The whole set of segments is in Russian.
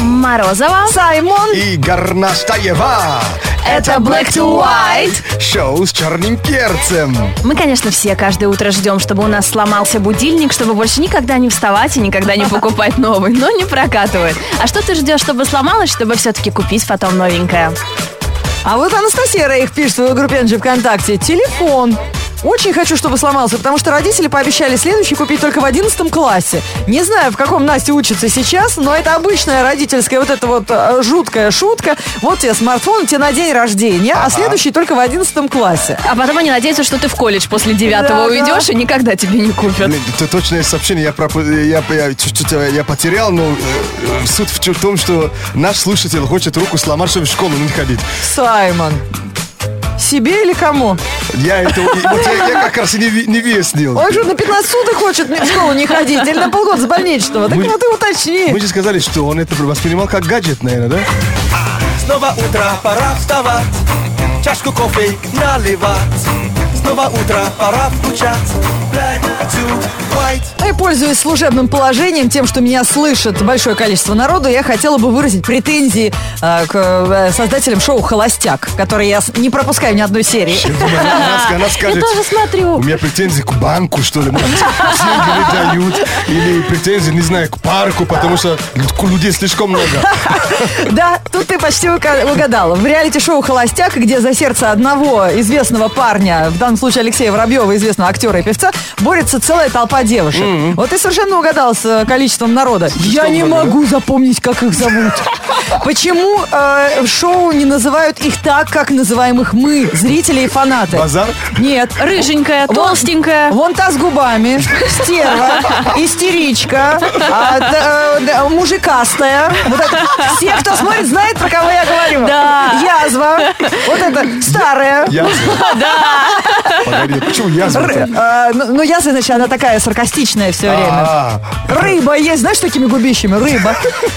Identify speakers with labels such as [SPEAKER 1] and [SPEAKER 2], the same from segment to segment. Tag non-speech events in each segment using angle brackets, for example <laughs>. [SPEAKER 1] Морозова.
[SPEAKER 2] Саймон.
[SPEAKER 3] и Горнаштаева.
[SPEAKER 1] Это Black to White.
[SPEAKER 3] Шоу с черным перцем.
[SPEAKER 1] Мы, конечно, все каждое утро ждем, чтобы у нас сломался будильник, чтобы больше никогда не вставать и никогда не покупать новый, но не прокатывает. А что ты ждешь, чтобы сломалось, чтобы все-таки купить потом новенькое?
[SPEAKER 2] А вот Анастасия Рейх пишет в своей группе Энджи ВКонтакте. Телефон. Очень хочу, чтобы сломался, потому что родители пообещали следующий купить только в 11 классе. Не знаю, в каком Настя учится сейчас, но это обычная родительская вот эта вот э, жуткая шутка. Вот тебе смартфон, тебе на день рождения, а следующий только в 11 классе.
[SPEAKER 1] А потом они надеются, что ты в колледж после девятого
[SPEAKER 2] Да, да.
[SPEAKER 1] уйдешь и никогда тебе не купят.
[SPEAKER 3] Блин, Это точное сообщение, я, пропу- я, я чуть-чуть э, я потерял, но э, суть в чё- в том, что наш слушатель хочет руку сломать, чтобы в школу не ходить.
[SPEAKER 2] Саймон. Себе или кому?
[SPEAKER 3] Я это, и- вот я, я как раз и не, ви- не выяснил.
[SPEAKER 2] Он же на 15 суток хочет в школу не ходить, или на полгода с больничного. Так
[SPEAKER 3] Мы-
[SPEAKER 2] ну ты уточни.
[SPEAKER 3] Мы же сказали, что он это воспринимал как гаджет, наверное, да?
[SPEAKER 4] Снова утро, пора вставать, чашку кофе наливать. Снова утро, пора включать. Black to white.
[SPEAKER 2] А я пользуюсь служебным положением, тем, что меня слышит большое количество народу, я хотела бы выразить претензии э, к э, создателям шоу «Холостяк», которые я с- не пропускаю ни одной серии.
[SPEAKER 3] Я
[SPEAKER 1] <laughs>
[SPEAKER 3] думаю, она, она ск- она скажет,
[SPEAKER 1] тоже смотрю.
[SPEAKER 3] У меня претензии к банку, что ли, может, деньги не дают. Или претензии, не знаю, к парку, потому что лю- людей слишком много.
[SPEAKER 2] Да, тут ты почти ука- угадала. В реалити-шоу «Холостяк», где за сердце одного известного парня, в данном случае Алексея Воробьева, известного актера и певца, борется целая толпа девушек. Вот ты совершенно угадала с э, количеством народа. Я не могу запомнить, как их зовут. Почему э, в шоу не называют их так, как называем их мы, зрители и фанаты?
[SPEAKER 3] Базар?
[SPEAKER 2] Нет.
[SPEAKER 1] Рыженькая, толстенькая.
[SPEAKER 2] Вон та с губами, стерва, истеричка, а, да, э, да, мужикастая. Вот это. Все, кто смотрит, знает, про кого я говорю.
[SPEAKER 1] Да.
[SPEAKER 2] Язва. Вот это старая.
[SPEAKER 3] Язва.
[SPEAKER 2] <laughs>
[SPEAKER 3] Да. Погоди, почему язва?
[SPEAKER 2] Р- э, ну, ну, язва, значит, она такая саркастичная все время.
[SPEAKER 3] А.
[SPEAKER 2] Рыба есть, знаешь, такими губищами, рыба.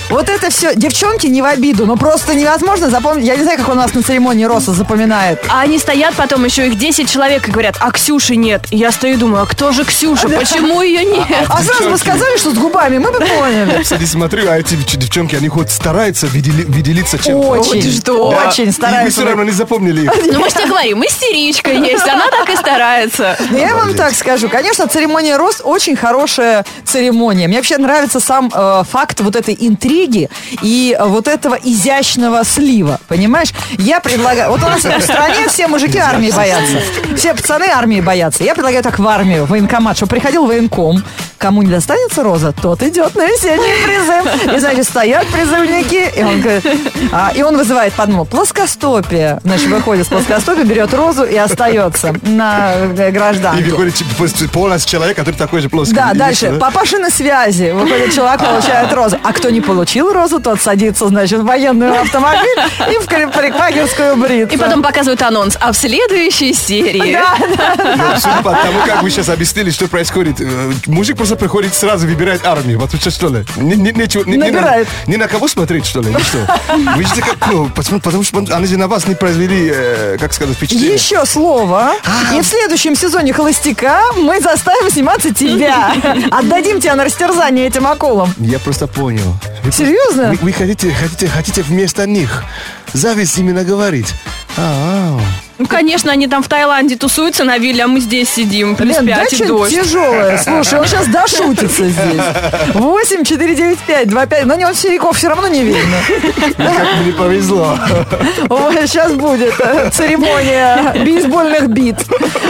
[SPEAKER 2] Вот это все, девчонки не в обиду, но просто невозможно запомнить. Я не знаю, как он у нас на церемонии Роса запоминает.
[SPEAKER 1] А они стоят потом, еще их 10 человек, и говорят, а Ксюши нет. И я стою и думаю, а кто же Ксюша, почему ее нет?
[SPEAKER 2] А сразу бы
[SPEAKER 3] Девчонки.
[SPEAKER 2] сказали, что с губами, мы бы поняли.
[SPEAKER 3] Кстати, смотрю, а эти девч- девчонки, они хоть стараются видели- выделиться чем-то.
[SPEAKER 2] Очень,
[SPEAKER 3] Да.
[SPEAKER 2] очень
[SPEAKER 3] И вы все
[SPEAKER 2] стараются.
[SPEAKER 3] равно не запомнили их.
[SPEAKER 1] Ну мы же тебе говорим, истеричка есть, она так и старается.
[SPEAKER 2] Да я вам
[SPEAKER 3] Обалдеть.
[SPEAKER 2] так скажу. Конечно, церемония рост очень хорошая церемония. Мне вообще нравится сам э, факт вот этой интриги и э, вот этого изящного слива. Понимаешь? Я предлагаю... Вот у нас в стране все мужики армии боятся. Все пацаны армии боятся. Я предлагаю так в армию, в военкомат, чтобы приходил военком. Кому не достанется роза, тот идет на весенний призыв. И, значит, стоят призывники, и он, говорит, а, и он вызывает подмог. Плоскостопие. Значит, выходит с плоскостопия, берет розу и остается на э,
[SPEAKER 3] И
[SPEAKER 2] гражданке.
[SPEAKER 3] выходит типа, после- полностью человек, который такой же плоский.
[SPEAKER 2] Да,
[SPEAKER 3] Видишь,
[SPEAKER 2] дальше.
[SPEAKER 3] да?
[SPEAKER 2] Папаши на связи. Выходит человек, получает розу. А кто не получил розу, тот садится, значит, в военный автомобиль и в кри- парикмахерскую брит.
[SPEAKER 1] И потом показывают анонс, а в следующей <laughs> серии...
[SPEAKER 3] Да, Судя по тому, как вы сейчас объяснили, что происходит, э, мужик просто приходит сразу выбирает армию. Вот что, что ли? Не, не- нечего- не- не на-
[SPEAKER 2] Набирает.
[SPEAKER 3] Не, на, кого смотреть, что ли? или
[SPEAKER 2] <laughs>
[SPEAKER 3] что? Вы же как, ну, потому, потому что они же на вас не произвели, э, как сказать, впечатление.
[SPEAKER 2] Еще слово. И в следующем сезоне «Холостяка» мы заставим сниматься тебя. Отдадим тебя на растерзание этим акулам.
[SPEAKER 3] Я просто понял. Вы-
[SPEAKER 2] Серьезно?
[SPEAKER 3] Вы, вы хотите, хотите, хотите вместо них. Зависть именно говорить. А,
[SPEAKER 1] Ну, конечно, они там в Таиланде тусуются на вилле, а мы здесь сидим, плюс
[SPEAKER 2] Лен, дай
[SPEAKER 1] пять и
[SPEAKER 2] что-нибудь
[SPEAKER 1] а дождь.
[SPEAKER 2] тяжелое. Слушай, он сейчас дошутится здесь. 8 4 9 5 2 5. Но не он сериков все равно не видно.
[SPEAKER 3] как мне повезло.
[SPEAKER 2] Ой, сейчас будет э, церемония бейсбольных бит.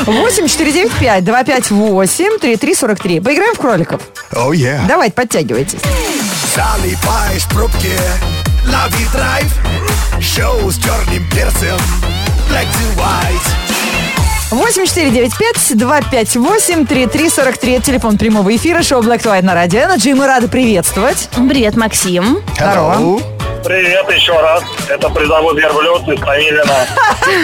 [SPEAKER 2] 8 4 9 5 2 5 8 3 3 43. Поиграем в кроликов.
[SPEAKER 3] О, yeah.
[SPEAKER 2] Давайте, подтягивайтесь.
[SPEAKER 5] Залипаешь в пробке Лови драйв Шоу с черным перцем Black to white
[SPEAKER 2] 8495-258-3343. Телефон прямого эфира, шоу Black to White на радио Energy. И Мы рады приветствовать.
[SPEAKER 1] Привет, Максим.
[SPEAKER 2] Здорово.
[SPEAKER 3] Hello.
[SPEAKER 6] Привет еще раз. Это призовой верблюд из Томилина.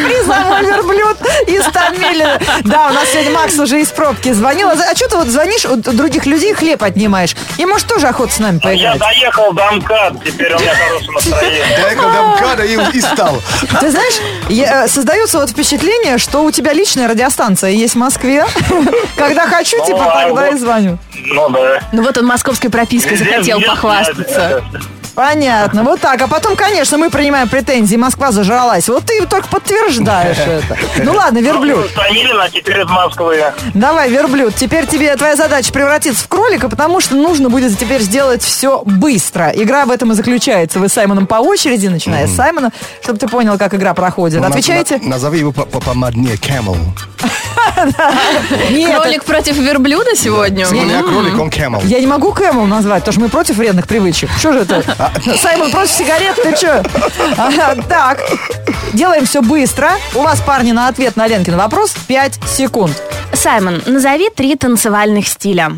[SPEAKER 2] Призовой верблюд из Томилина. Да, у нас сегодня Макс уже из пробки звонил. А за- А что ты вот звонишь, у других людей хлеб отнимаешь? И может тоже охота с нами
[SPEAKER 6] Я
[SPEAKER 2] поиграть?
[SPEAKER 6] доехал до МКАД, теперь у меня хорошее настроение.
[SPEAKER 3] Доехал до МКАДа и, и стал.
[SPEAKER 2] Ты знаешь, я, э, создается вот впечатление, что у тебя личная радиостанция есть в Москве. <laughs> Когда хочу,
[SPEAKER 6] Ну,
[SPEAKER 2] типа
[SPEAKER 6] а
[SPEAKER 2] тогда и
[SPEAKER 6] вот
[SPEAKER 2] звоню.
[SPEAKER 6] Ну да.
[SPEAKER 1] Ну вот он московской пропиской захотел
[SPEAKER 6] Везде-
[SPEAKER 1] похвастаться.
[SPEAKER 6] везде-
[SPEAKER 2] Понятно, вот так. А потом, конечно, мы принимаем претензии, Москва зажралась. Вот ты только подтверждаешь это. Ну ладно, верблюд.
[SPEAKER 6] С Танилина, теперь из Москвы.
[SPEAKER 2] Давай, верблюд, теперь тебе твоя задача превратиться в кролика, потому что нужно будет теперь сделать все быстро. Игра в этом и заключается. Вы с Саймоном по очереди, начиная с Саймона, чтобы ты понял, как игра проходит.
[SPEAKER 3] Ну, наз-
[SPEAKER 2] Отвечайте?
[SPEAKER 3] на- Назови его по- по- помаднее, camel.
[SPEAKER 2] Нет,
[SPEAKER 1] Кролик против верблюда сегодня?
[SPEAKER 3] У меня кролик, он camel.
[SPEAKER 2] Я не могу Кэмл назвать, потому что мы против вредных привычек. Что же это? Саймон против сигарет, ты что? так, делаем все быстро. У вас, парни, на ответ на Ленкин вопрос 5 секунд.
[SPEAKER 1] Саймон, назови три танцевальных стиля.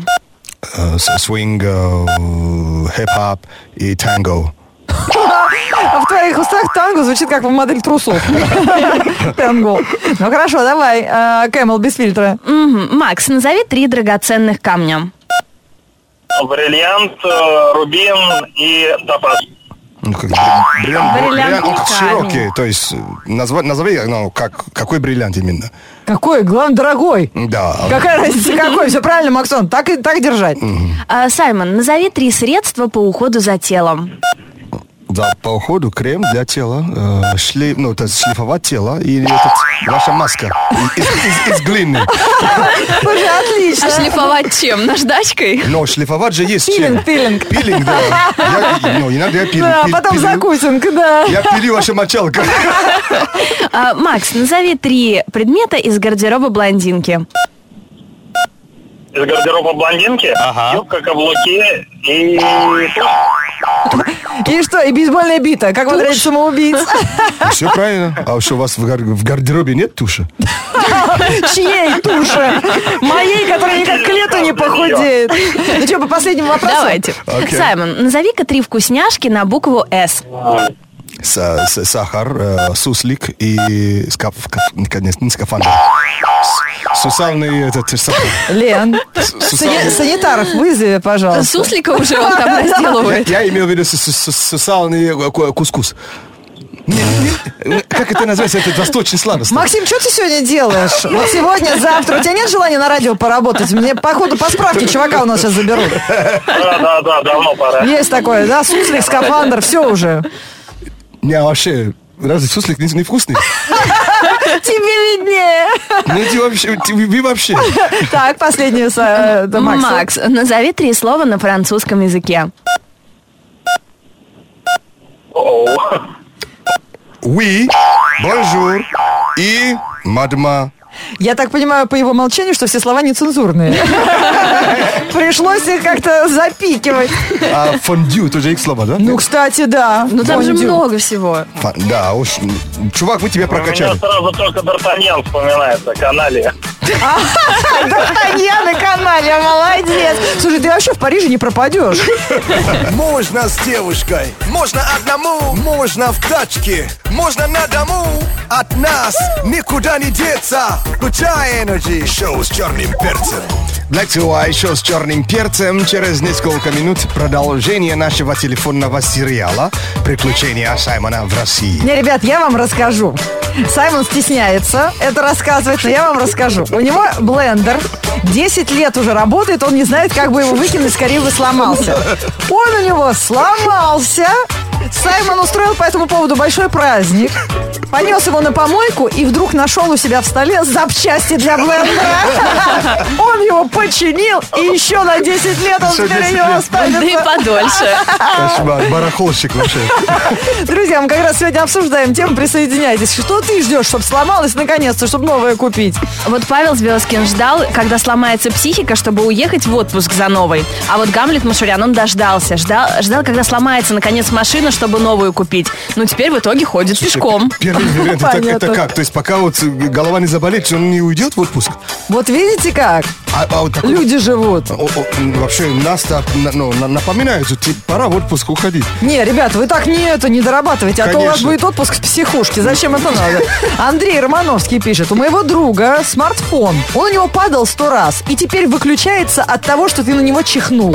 [SPEAKER 3] Э, с- Swing, э, хип-хоп и танго.
[SPEAKER 2] А в твоих устах танго звучит как модель трусов. Танго. Ну хорошо, давай, А, Кэмл без фильтра.
[SPEAKER 1] Мгм. Макс, назови три драгоценных камня.
[SPEAKER 6] Бриллиант, э, рубин и топаз.
[SPEAKER 3] Ну, как бы, бриллиант,
[SPEAKER 1] Бриллиантный
[SPEAKER 3] бриллиант, он
[SPEAKER 1] камень.
[SPEAKER 3] широкий, то есть э, назва- назови, ну, как, какой бриллиант именно.
[SPEAKER 2] Какой, главное, дорогой.
[SPEAKER 3] Да.
[SPEAKER 2] Какая разница, какой? Все правильно, Максон, так и так держать.
[SPEAKER 1] А, Саймон, назови три средства по уходу за телом.
[SPEAKER 3] Да, по уходу крем для тела, э, шлиф, ну, то есть шлифовать тело и этот, ваша маска и- из, из- из глины.
[SPEAKER 2] Слушай, отлично.
[SPEAKER 1] А шлифовать чем? Наждачкой?
[SPEAKER 3] Но шлифовать же есть чем.
[SPEAKER 2] Пилинг, пилинг.
[SPEAKER 3] Пилинг, да. Я, ну, иногда я пилю.
[SPEAKER 2] Да, а
[SPEAKER 3] пи-
[SPEAKER 2] потом
[SPEAKER 3] пилю.
[SPEAKER 2] закусинка, да.
[SPEAKER 3] Я пилю
[SPEAKER 2] <laughs>
[SPEAKER 3] ваша мочалка.
[SPEAKER 1] А, Макс, назови три предмета из гардероба блондинки.
[SPEAKER 6] Из гардероба блондинки, юбка, каблуки и...
[SPEAKER 2] И что, и бейсбольная бита, как в отряде самоубийц.
[SPEAKER 3] Все правильно. А что, у вас в, гар- в гардеробе нет туши?
[SPEAKER 2] Чьей туши? Моей, которая никак к лету не похудеет. Ну что, по последнему вопросу?
[SPEAKER 1] Давайте.
[SPEAKER 3] Окей.
[SPEAKER 1] Саймон, назови-ка три вкусняшки на букву «С».
[SPEAKER 3] Са- с- сахар, э, суслик и скаф, скаф- конечно, не скафандр. С- Сусальный этот э, сахар.
[SPEAKER 2] Лен, сани-
[SPEAKER 3] Сусальный-
[SPEAKER 2] санитаров вызови, пожалуйста.
[SPEAKER 1] Суслика уже он там разделывает.
[SPEAKER 3] Я имел в виду су- су- сусальный э, ку- кускус. Не- не- Как это называется, этот восточный сладость?
[SPEAKER 2] Максим, что ты сегодня делаешь? Вот сегодня, завтра. У тебя нет желания на радио поработать? Мне, походу, по справке чувака у нас сейчас заберут.
[SPEAKER 6] Да-да-да, давно пора.
[SPEAKER 2] Есть такое, да? Суслик, скафандр, все уже.
[SPEAKER 3] Не, а вообще, разве суслик не- невкусный?
[SPEAKER 2] Тебе виднее.
[SPEAKER 3] Ну, эти вообще, эти- вы вы вообще.
[SPEAKER 2] Так, последнее, Са- э, да, Макс.
[SPEAKER 1] Макс, ну. назови три слова на французском языке.
[SPEAKER 6] Оу.
[SPEAKER 3] Oui, bonjour и мадма.
[SPEAKER 2] Я так понимаю по его молчанию, что все слова нецензурные. Пришлось их как-то запикивать.
[SPEAKER 3] А фондю, тоже их слова, да?
[SPEAKER 2] Ну, кстати, да.
[SPEAKER 1] Ну там же
[SPEAKER 2] Фондю.
[SPEAKER 1] много всего.
[SPEAKER 3] Фа- Да уж, м, чувак, мы тебя
[SPEAKER 6] У меня
[SPEAKER 3] прокачали.
[SPEAKER 6] сразу только Д'Артаньян вспоминается, канале.
[SPEAKER 2] Я на канале, молодец. Слушай, ты вообще в Париже не пропадешь.
[SPEAKER 5] <laughs> Можно с девушкой, можно одному, можно в тачке, можно на дому. От нас никуда не деться. Включай Energy. Шоу с черным перцем.
[SPEAKER 3] Black to White Show а с черным перцем. Через несколько минут продолжение нашего телефонного сериала «Приключения Саймона в России».
[SPEAKER 2] Не, ребят, я вам расскажу. Саймон стесняется это рассказывать, но я вам расскажу. У него блендер, 10 лет уже работает, он не знает, как бы его выкинуть, скорее бы сломался. Он у него сломался. Саймон устроил по этому поводу большой праздник. Понес его на помойку и вдруг нашел у себя в столе запчасти для блендера. Он его починил и еще на 10 лет он
[SPEAKER 3] Еще
[SPEAKER 2] теперь у
[SPEAKER 3] 10
[SPEAKER 2] него
[SPEAKER 3] лет.
[SPEAKER 1] Да и <laughs>
[SPEAKER 2] останется.
[SPEAKER 1] подольше.
[SPEAKER 3] Кошмар, барахолщик вообще.
[SPEAKER 2] Друзья, мы как раз сегодня обсуждаем тему, присоединяйтесь. Что ты ждешь, чтобы сломалось наконец-то, чтобы новое купить?
[SPEAKER 1] Вот Павел Звездкин ждал, когда сломается психика, чтобы уехать в отпуск за новой. А вот Гамлет Машурян, он дождался. Ждал, ждал, когда сломается наконец машина, чтобы новую купить. Ну теперь в итоге ходит пешком.
[SPEAKER 3] Первый вариант, это,
[SPEAKER 2] Понятно.
[SPEAKER 3] это как? То есть пока вот э, голова не заболит, он не уйдет в отпуск?
[SPEAKER 2] Вот видите как?
[SPEAKER 3] А, а вот такой-
[SPEAKER 2] Люди живут.
[SPEAKER 3] О, о, м, вообще нас так на- ну, на- напоминают, что ти- пора в отпуск уходить.
[SPEAKER 2] Не, ребят, вы так не это, не дорабатывайте, а то у вас
[SPEAKER 3] Конечно.
[SPEAKER 2] будет отпуск в психушке. Зачем это надо? Андрей Романовский пишет, у моего друга смартфон, он у него падал сто раз, и теперь выключается от того, что ты на него чихнул.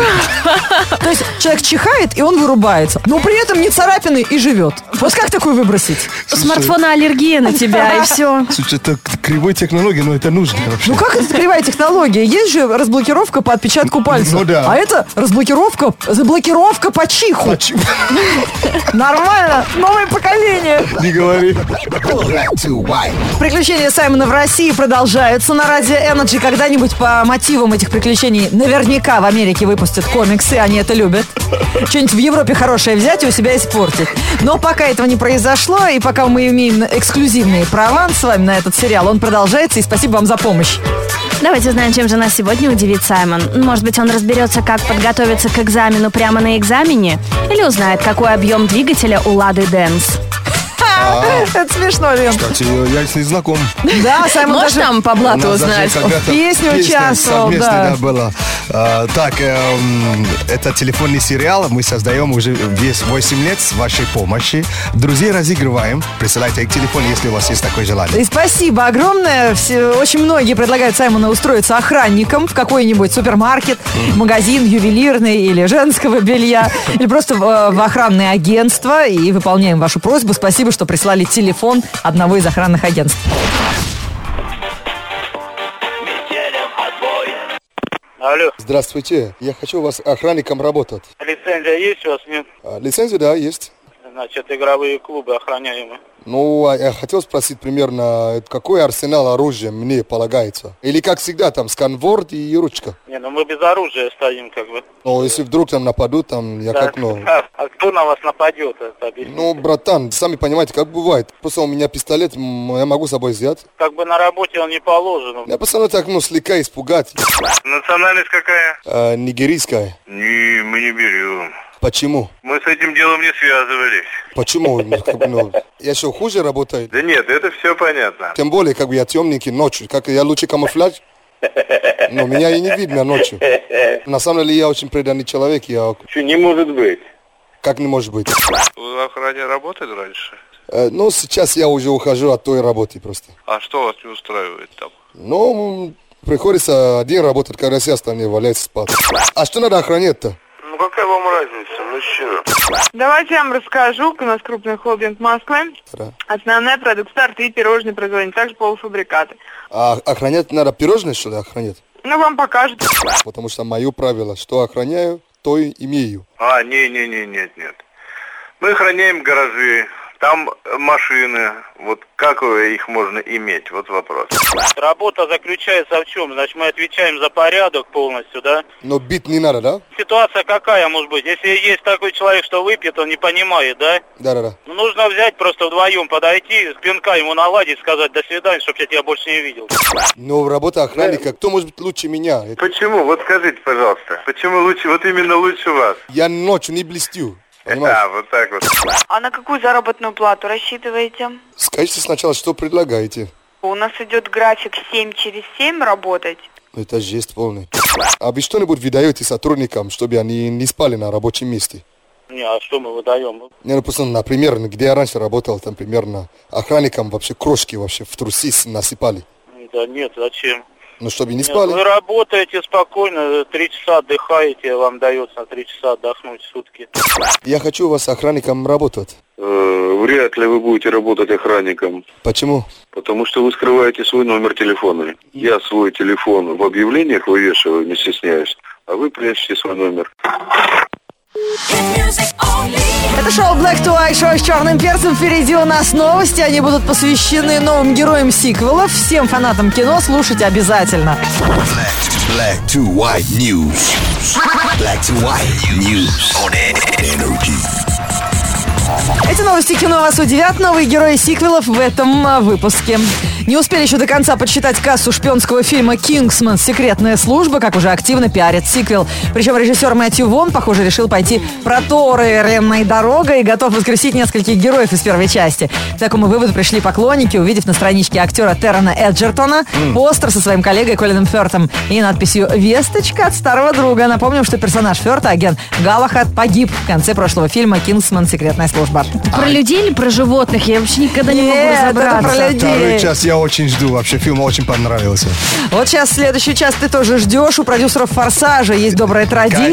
[SPEAKER 2] То есть человек чихает, и он вырубается, но при этом не царапины и живет. Вот как такое выбросить?
[SPEAKER 1] У смартфона
[SPEAKER 3] <laughs>
[SPEAKER 1] аллергия на тебя, и все.
[SPEAKER 3] Слушай, это к- кривой технологии, но это нужно вообще.
[SPEAKER 2] Ну как это кривая технология? есть же разблокировка по отпечатку пальца.
[SPEAKER 3] Ну да.
[SPEAKER 2] А это разблокировка, заблокировка по чиху.
[SPEAKER 3] Почему?
[SPEAKER 2] Нормально, новое поколение.
[SPEAKER 3] <laughs> Не говори.
[SPEAKER 2] Приключения Саймона в России продолжаются на Радио Energy. Когда-нибудь по мотивам этих приключений наверняка в Америке выпустят комиксы, они это любят. Что-нибудь в Европе хорошее взять и у себя испортить. Но пока этого не произошло, и пока мы имеем эксклюзивные права с вами на этот сериал, он продолжается, и спасибо вам за помощь.
[SPEAKER 7] Давайте узнаем, чем же нас сегодня удивит Саймон. Может быть, он разберется, как подготовиться к экзамену прямо на экзамене? Или узнает, какой объем двигателя у Лады Дэнс?
[SPEAKER 3] А.
[SPEAKER 2] Это смешно, Лен.
[SPEAKER 3] Кстати, я с ней знаком.
[SPEAKER 2] Да, Саймон
[SPEAKER 1] Можешь
[SPEAKER 2] даже...
[SPEAKER 1] нам по блату
[SPEAKER 3] Она даже
[SPEAKER 1] узнать?
[SPEAKER 3] когда-то
[SPEAKER 2] Песня
[SPEAKER 3] в песне
[SPEAKER 2] участвовал,
[SPEAKER 3] совместной,
[SPEAKER 2] да.
[SPEAKER 3] была. А, так, эм, это телефонный сериал. Мы создаем уже весь 8 лет с вашей помощи. Друзей разыгрываем. Присылайте их телефон, если у вас есть такое желание.
[SPEAKER 2] И спасибо огромное. Все- очень многие предлагают Саймону устроиться охранником в какой-нибудь супермаркет, магазин ювелирный или женского белья, или просто в, э, в охранное агентство. И выполняем вашу просьбу. Спасибо, что прислали телефон одного из охранных агентств.
[SPEAKER 6] Алло,
[SPEAKER 3] Здравствуйте. Я хочу у вас охранником работать. А,
[SPEAKER 6] лицензия а есть у вас? Нет.
[SPEAKER 3] Лицензия, да, есть.
[SPEAKER 6] Значит, игровые клубы охраняемые.
[SPEAKER 3] Ну, а я хотел спросить примерно, э, какой арсенал оружия мне полагается? Или, как всегда, там, сканворд и ручка?
[SPEAKER 6] Не, ну мы без оружия стоим, как бы.
[SPEAKER 3] Ну, если вдруг там нападут, там, я как, ну...
[SPEAKER 6] А, а кто на вас нападет, это объясните.
[SPEAKER 3] Ну, братан, сами понимаете, как бывает. Просто у меня пистолет, м, я могу с собой взять.
[SPEAKER 6] Как бы на работе он не положен.
[SPEAKER 3] Я пацана так, ну, слегка испугать.
[SPEAKER 6] Национальность какая?
[SPEAKER 3] Э, нигерийская.
[SPEAKER 6] Не, мы не берем.
[SPEAKER 3] Почему?
[SPEAKER 6] Мы с этим делом не связывались.
[SPEAKER 3] Почему? Ну, как бы, ну, я что, хуже работаю?
[SPEAKER 6] Да нет, это все понятно.
[SPEAKER 3] Тем более, как бы я темненький ночью. Как я лучше камуфляж? Но меня и не видно ночью. На самом деле, я очень преданный человек. Я...
[SPEAKER 6] Что, не может быть.
[SPEAKER 3] Как не может быть?
[SPEAKER 6] Вы в охране работали раньше?
[SPEAKER 3] Э, ну, сейчас я уже ухожу от той работы просто.
[SPEAKER 6] А что вас не устраивает там?
[SPEAKER 3] Ну, м, приходится один работать, когда все остальные валяются спать. А что надо охранять-то?
[SPEAKER 6] Ну какая вам разница, мужчина?
[SPEAKER 8] Давайте я вам расскажу. У нас крупный холдинг Москвы.
[SPEAKER 3] Да.
[SPEAKER 8] Основная продукция торты и пирожные производим, также полуфабрикаты.
[SPEAKER 3] А охранять надо пирожное, что ли, охранять?
[SPEAKER 8] Ну, вам покажут.
[SPEAKER 3] Потому что мое правило, что охраняю, то и имею.
[SPEAKER 6] А, не, не, не, нет, нет. Мы охраняем гаражи, там э, машины. Вот как э, их можно иметь? Вот вопрос. Работа заключается в чем? Значит, мы отвечаем за порядок полностью, да?
[SPEAKER 3] Но бить не надо, да?
[SPEAKER 6] Ситуация какая может быть? Если есть такой человек, что выпьет, он не понимает, да?
[SPEAKER 3] Да-да-да.
[SPEAKER 6] Ну, нужно взять просто вдвоем подойти, с пинка ему наладить, сказать «до свидания», чтобы я тебя больше не видел.
[SPEAKER 3] Но работа охранника, кто может быть лучше меня? Это-
[SPEAKER 6] Почему? Вот скажите, пожалуйста. Почему лучше, вот именно лучше вас?
[SPEAKER 3] Я ночью не блестю. Понимаешь?
[SPEAKER 6] вот так вот.
[SPEAKER 8] А на какую заработную плату рассчитываете?
[SPEAKER 3] Скажите сначала, что предлагаете.
[SPEAKER 8] У нас идет график 7 через 7 работать.
[SPEAKER 3] Ну, Это жест полный. А вы что-нибудь выдаете сотрудникам, чтобы они не спали на рабочем месте?
[SPEAKER 6] Не, а что мы выдаем?
[SPEAKER 3] Не, ну просто, например, где я раньше работал, там примерно охранникам вообще крошки вообще в трусы с- насыпали.
[SPEAKER 6] Да нет, зачем?
[SPEAKER 3] Ну, чтобы не
[SPEAKER 6] Нет, вы
[SPEAKER 3] спали.
[SPEAKER 6] работаете спокойно, три часа отдыхаете, вам дается на три часа отдохнуть в сутки.
[SPEAKER 3] Я хочу у вас охранником работать.
[SPEAKER 9] Э, Вряд ли вы будете работать охранником,
[SPEAKER 3] Почему?
[SPEAKER 9] потому что вы скрываете свой номер телефона. Я свой телефон в объявлениях вывешиваю, не стесняюсь, а вы прячете свой номер.
[SPEAKER 2] Это шоу Black to White, шоу с черным перцем. Впереди у нас новости. Они будут посвящены новым героям сиквелов. Всем фанатам кино слушать обязательно.
[SPEAKER 5] Black to white news. Black to white news on energy.
[SPEAKER 2] Эти новости кино вас удивят. Новые герои сиквелов в этом а, выпуске. Не успели еще до конца подсчитать кассу шпионского фильма «Кингсман. Секретная служба», как уже активно пиарит сиквел. Причем режиссер Мэтью Вон, похоже, решил пойти проторенной дорогой и готов воскресить нескольких героев из первой части. К такому выводу пришли поклонники, увидев на страничке актера Террена Эджертона постер со своим коллегой Колином Фёртом и надписью «Весточка от старого друга». Напомним, что персонаж Фёрта, агент Галахат, погиб в конце прошлого фильма «Кингсман. Секретная служба».
[SPEAKER 7] Про людей или про животных? Я вообще никогда не могу
[SPEAKER 2] Нет, это
[SPEAKER 7] разобраться.
[SPEAKER 2] про людей.
[SPEAKER 3] Второй час я очень жду. Вообще фильм очень понравился.
[SPEAKER 2] Вот сейчас следующий час ты тоже ждешь. У продюсеров «Форсажа» есть добрая традиция.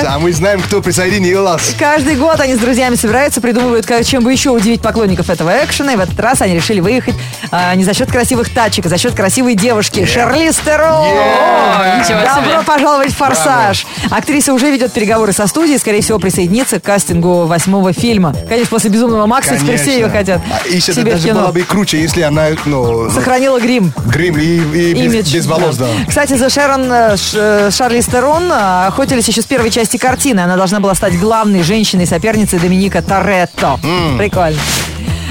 [SPEAKER 3] Конечно, а мы знаем, кто присоединил нас.
[SPEAKER 2] Каждый год они с друзьями собираются, придумывают, как, чем бы еще удивить поклонников этого экшена. И в этот раз они решили выехать а, не за счет красивых тачек, а за счет красивой девушки Шерли Стерон.
[SPEAKER 3] Yeah.
[SPEAKER 1] Ничего
[SPEAKER 2] Добро
[SPEAKER 1] себе.
[SPEAKER 2] пожаловать в «Форсаж». Актриса уже ведет переговоры со студией, скорее всего, присоединится к кастингу восьмого фильма. Конечно, после «Безумного Макса» теперь все ее хотят
[SPEAKER 3] А еще это
[SPEAKER 2] себе в
[SPEAKER 3] даже
[SPEAKER 2] кино.
[SPEAKER 3] было бы круче, если она, ну, ну,
[SPEAKER 2] Сохранила грим.
[SPEAKER 3] грим и, и без,
[SPEAKER 2] Имидж,
[SPEAKER 3] без волос, да.
[SPEAKER 2] Кстати, за Шерон э, Ш- э, Шарли Стерон э, охотились еще с первой части картины. Она должна была стать главной женщиной-соперницей Доминика Торетто. Прикольно.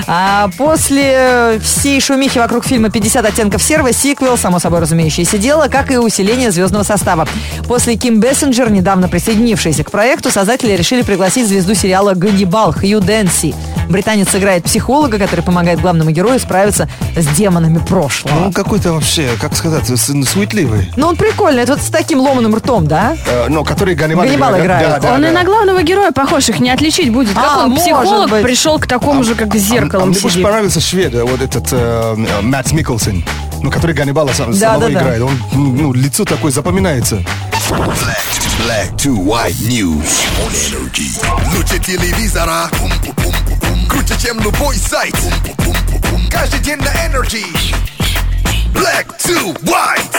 [SPEAKER 2] А после всей шумихи вокруг фильма «50 оттенков серого» сиквел, само собой разумеющееся дело, как и усиление звездного состава. После Ким Бессенджер, недавно присоединившийся к проекту, создатели решили пригласить звезду сериала «Ганнибал» Хью Дэнси. Британец играет психолога, который помогает главному герою справиться с демонами прошлого.
[SPEAKER 5] Ну, какой-то вообще, как сказать, с- суетливый.
[SPEAKER 2] Ну, он прикольный. Это вот с таким ломаным ртом, да?
[SPEAKER 3] Э, Ну, который Ганнибал,
[SPEAKER 2] Ганнибал играет.
[SPEAKER 3] Да, да,
[SPEAKER 1] он
[SPEAKER 3] да.
[SPEAKER 1] и на главного героя похож, их не отличить будет. Как
[SPEAKER 2] А,
[SPEAKER 1] он,
[SPEAKER 2] может
[SPEAKER 1] психолог,
[SPEAKER 2] быть.
[SPEAKER 1] пришел к такому же, как с
[SPEAKER 3] А
[SPEAKER 1] зеркалом
[SPEAKER 3] мне больше
[SPEAKER 1] сидит.
[SPEAKER 3] понравился швед, э, вот этот э, э, Мэтт Миккелсон, ну, который Ганнибала сам, самого
[SPEAKER 2] да, да.
[SPEAKER 3] играет. Он, ну, лицо такое запоминается.
[SPEAKER 5] Black to white news on energy. Лучше телевизора. Пум-пум-пум-пум. Круче, чем любой сайт. Пум-пум-пум-пум. Каждый день на energy. Black to white.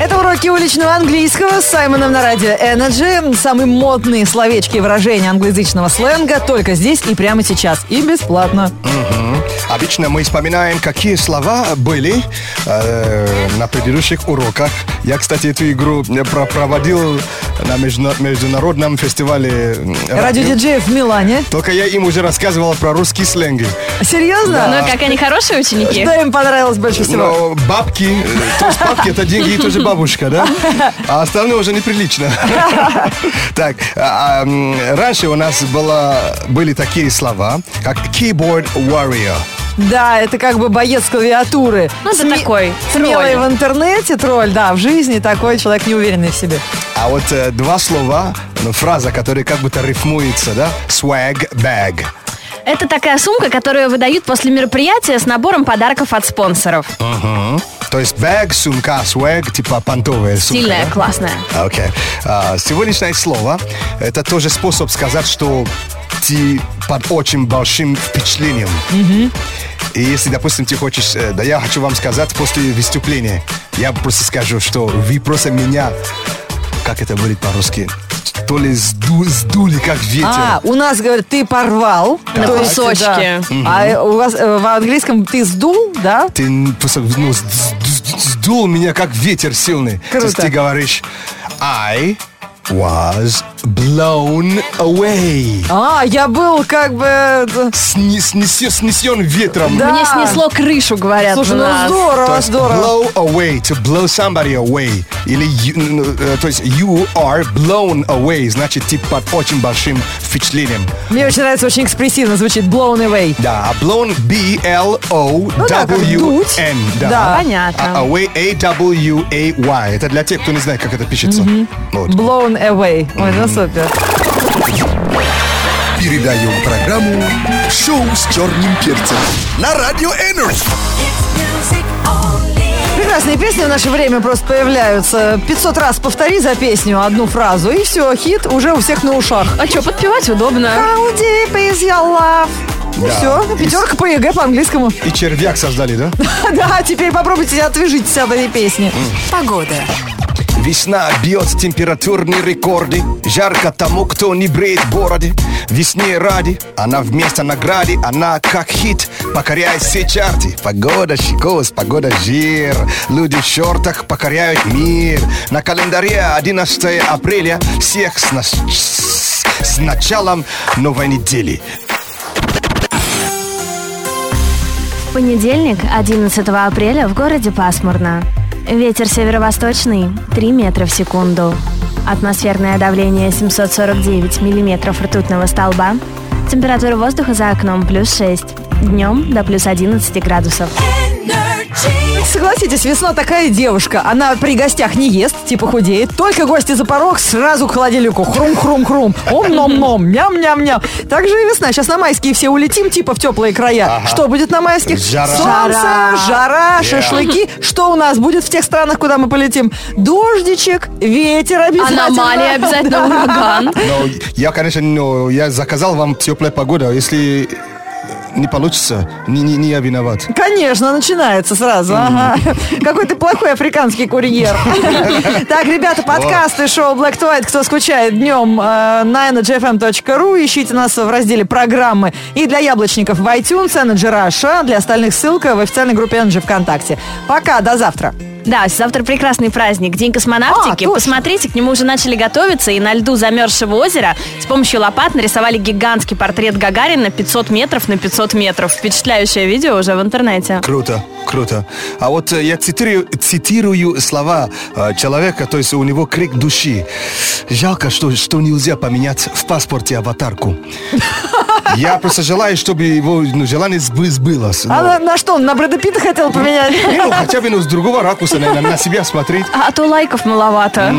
[SPEAKER 2] Это уроки уличного английского с Саймоном на радио Energy. Самые модные словечки и выражения англоязычного сленга только здесь и прямо сейчас. И бесплатно.
[SPEAKER 3] Обычно мы вспоминаем, какие слова были э, на предыдущих уроках. Я, кстати, эту игру э, про- проводил на междуна- международном фестивале м,
[SPEAKER 2] Радио диджеев в Милане.
[SPEAKER 3] Только я им уже рассказывал про русские сленги.
[SPEAKER 2] Серьезно?
[SPEAKER 1] Ну, как они хорошие ученики?
[SPEAKER 2] Что им понравилось больше всего?
[SPEAKER 3] Но бабки, э, тоже бабки, это деньги, и тоже бабушка, да? А остальное уже неприлично. <laughs> Так, а, а, м, раньше у нас было, были такие слова, как keyboard warrior.
[SPEAKER 2] Да, это как бы боец клавиатуры.
[SPEAKER 1] Ну, это
[SPEAKER 2] Сме-
[SPEAKER 1] такой,
[SPEAKER 2] Смелый
[SPEAKER 1] тролль.
[SPEAKER 2] в интернете тролль, да, в жизни такой человек неуверенный в себе.
[SPEAKER 3] А вот э, два слова, ну, фраза, которая как будто рифмуется, да? Swag bag.
[SPEAKER 7] Это такая сумка, которую выдают после мероприятия с набором подарков от спонсоров.
[SPEAKER 3] Ну, То есть bag, сумка, swag, типа понтовая сумка.
[SPEAKER 7] Стильная,
[SPEAKER 3] да?
[SPEAKER 7] классная.
[SPEAKER 3] Окей. А, сегодняшнее слово – это тоже способ сказать, что ты под очень большим впечатлением. И если, допустим, ты хочешь, э, да я хочу вам сказать после выступления, я просто скажу, что вы просто меня, как это будет по-русски, то ли сду- сдули, как ветер.
[SPEAKER 2] А, у нас говорят, ты порвал.
[SPEAKER 1] На
[SPEAKER 2] То есть,
[SPEAKER 1] кусочки.
[SPEAKER 2] да. А у вас э, в английском ты сдул, да?
[SPEAKER 3] Ты н- просто ну, с- с- с- сдул меня, как ветер сильный. То есть
[SPEAKER 2] Круто.
[SPEAKER 3] ты говоришь, I was blown away.
[SPEAKER 2] А, я был как бы... э,
[SPEAKER 3] Сни- снесе- снесен ветром.
[SPEAKER 2] Да.
[SPEAKER 7] Мне снесло крышу, говорят
[SPEAKER 2] Слушай,
[SPEAKER 7] у
[SPEAKER 2] ну
[SPEAKER 7] нас.
[SPEAKER 3] То
[SPEAKER 2] здорово,
[SPEAKER 3] есть
[SPEAKER 2] здорово.
[SPEAKER 3] blow away, to blow somebody away. Или, you- ну, э, то есть, you are blown away, значит, ты под очень большим впечатлением.
[SPEAKER 2] Мне очень нравится, очень экспрессивно звучит blown away.
[SPEAKER 3] Да, а blown
[SPEAKER 2] Ну да, как дуть.
[SPEAKER 3] B-L-O-W-N.
[SPEAKER 2] Да.
[SPEAKER 3] А
[SPEAKER 7] Понятно.
[SPEAKER 3] away, A-W-A-Y. Это для тех, кто не знает, как это пишется. Вот.
[SPEAKER 2] Blown away. Ой, ну супер.
[SPEAKER 5] Передаем программу «Шоу с черным перцем» на Радио Energy.
[SPEAKER 2] Прекрасные песни в наше время просто появляются. 500 раз повтори за песню одну фразу, и все, хит уже у всех на ушах.
[SPEAKER 1] А что, подпевать удобно.
[SPEAKER 2] How deep is your love? Ну
[SPEAKER 3] Да.
[SPEAKER 2] все,
[SPEAKER 3] И-
[SPEAKER 2] пятерка по ЕГЭ по английскому. <laughs>
[SPEAKER 3] И червяк создали, да?
[SPEAKER 2] Да, теперь попробуйте отвяжитесь от этой песни.
[SPEAKER 3] Весна бьет температурные рекорды Жарко тому, кто не бреет бороды Весне ради, она вместо награды Она как хит, покоряет все чарты Погода щекос, погода жир Люди в шортах покоряют мир На календаре 11 апреля Всех с, нас- с началом новой недели
[SPEAKER 7] В понедельник, 11 апреля, в городе пасмурно. Ветер северо-восточный 3 метра в секунду. Атмосферное давление 749 миллиметров ртутного столба. Температура воздуха за окном плюс 6. Днем до плюс 11 градусов.
[SPEAKER 10] Energy.
[SPEAKER 2] согласитесь, весна такая девушка. Она при гостях не ест, типа худеет. Только гости за порог, сразу к холодильнику. Хрум-хрум-хрум. Ом-ном-ном. Ням-ням-ням. Так же и весна. Сейчас на майские все улетим, типа в теплые края. Что будет на майских?
[SPEAKER 3] Жара.
[SPEAKER 2] Солнце, жара, шашлыки. Что у нас будет в тех странах, куда мы полетим? Дождичек, ветер обязательно.
[SPEAKER 1] Аномалия обязательно,
[SPEAKER 2] Да. <laughs>
[SPEAKER 1] ураган.
[SPEAKER 3] Но я, конечно, но я заказал вам теплая погода. Если не получится, не, не- не я виноват.
[SPEAKER 2] Конечно, начинается сразу. Ага. Какой ты плохой африканский курьер. Так, ребята, подкасты шоу Black to White. Кто скучает днем э, на energyfm.ru. Ищите нас в разделе программы. И для яблочников в iTunes, Energy Russia. Для остальных ссылка в официальной группе Energy ВКонтакте. Пока, до завтра.
[SPEAKER 1] Да, завтра прекрасный праздник, День
[SPEAKER 2] А,
[SPEAKER 1] космонавтики.
[SPEAKER 2] точно.
[SPEAKER 1] Посмотрите, к нему уже начали готовиться, и на льду замерзшего озера с помощью лопат нарисовали гигантский портрет Гагарина 500 метров на 500 метров. Впечатляющее видео уже в интернете.
[SPEAKER 3] Круто, круто. А вот э, я цитирую, цитирую слова э, человека, то есть у него крик души. Жалко, что, что нельзя поменять в паспорте аватарку. Я просто желаю, чтобы его ну, желание сбы- сбылось.
[SPEAKER 2] А на,
[SPEAKER 3] Ну,
[SPEAKER 2] на что, он на Брэда Питта хотел поменять?
[SPEAKER 3] ну, хотя бы ну, с другого ракурса, наверное, на себя смотреть.
[SPEAKER 1] А, а то лайков маловато.